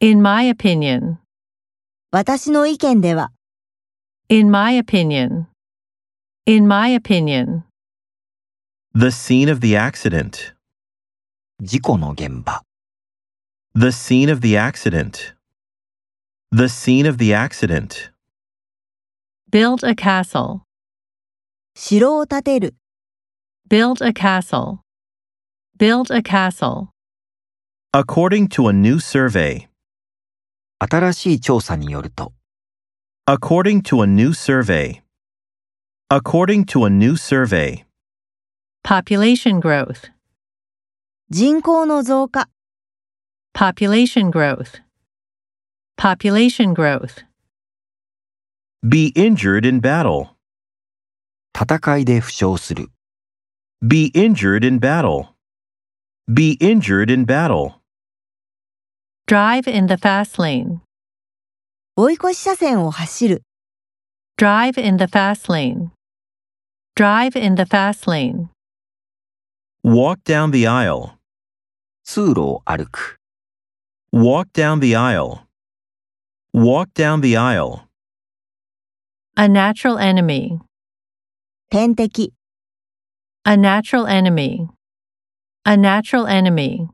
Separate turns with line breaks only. In my opinion,
私の意見では、
in my opinion, in my opinion.
The scene of the accident.
事故の現場。
The scene of the accident. The scene of the accident.
Build a castle,
城を建てる、
build a castle, build a castle.
According to a new survey.
新しい調査によると、
According to a new survey. According to a new survey.
Population growth,
人口の増加、
population growth, population growth.
Be injured in battle.
戦いで負傷する。
Be injured in battle. Be injured in battle.
Drive in the fast lane,
追い越し車線を走る、
drive in the fast lane, drive in the fast lane.
Walk down the aisle.
通路を歩く。
Walk down the aisle. Walk down the aisle.
A natural enemy,
天敵。
a natural enemy, a natural enemy.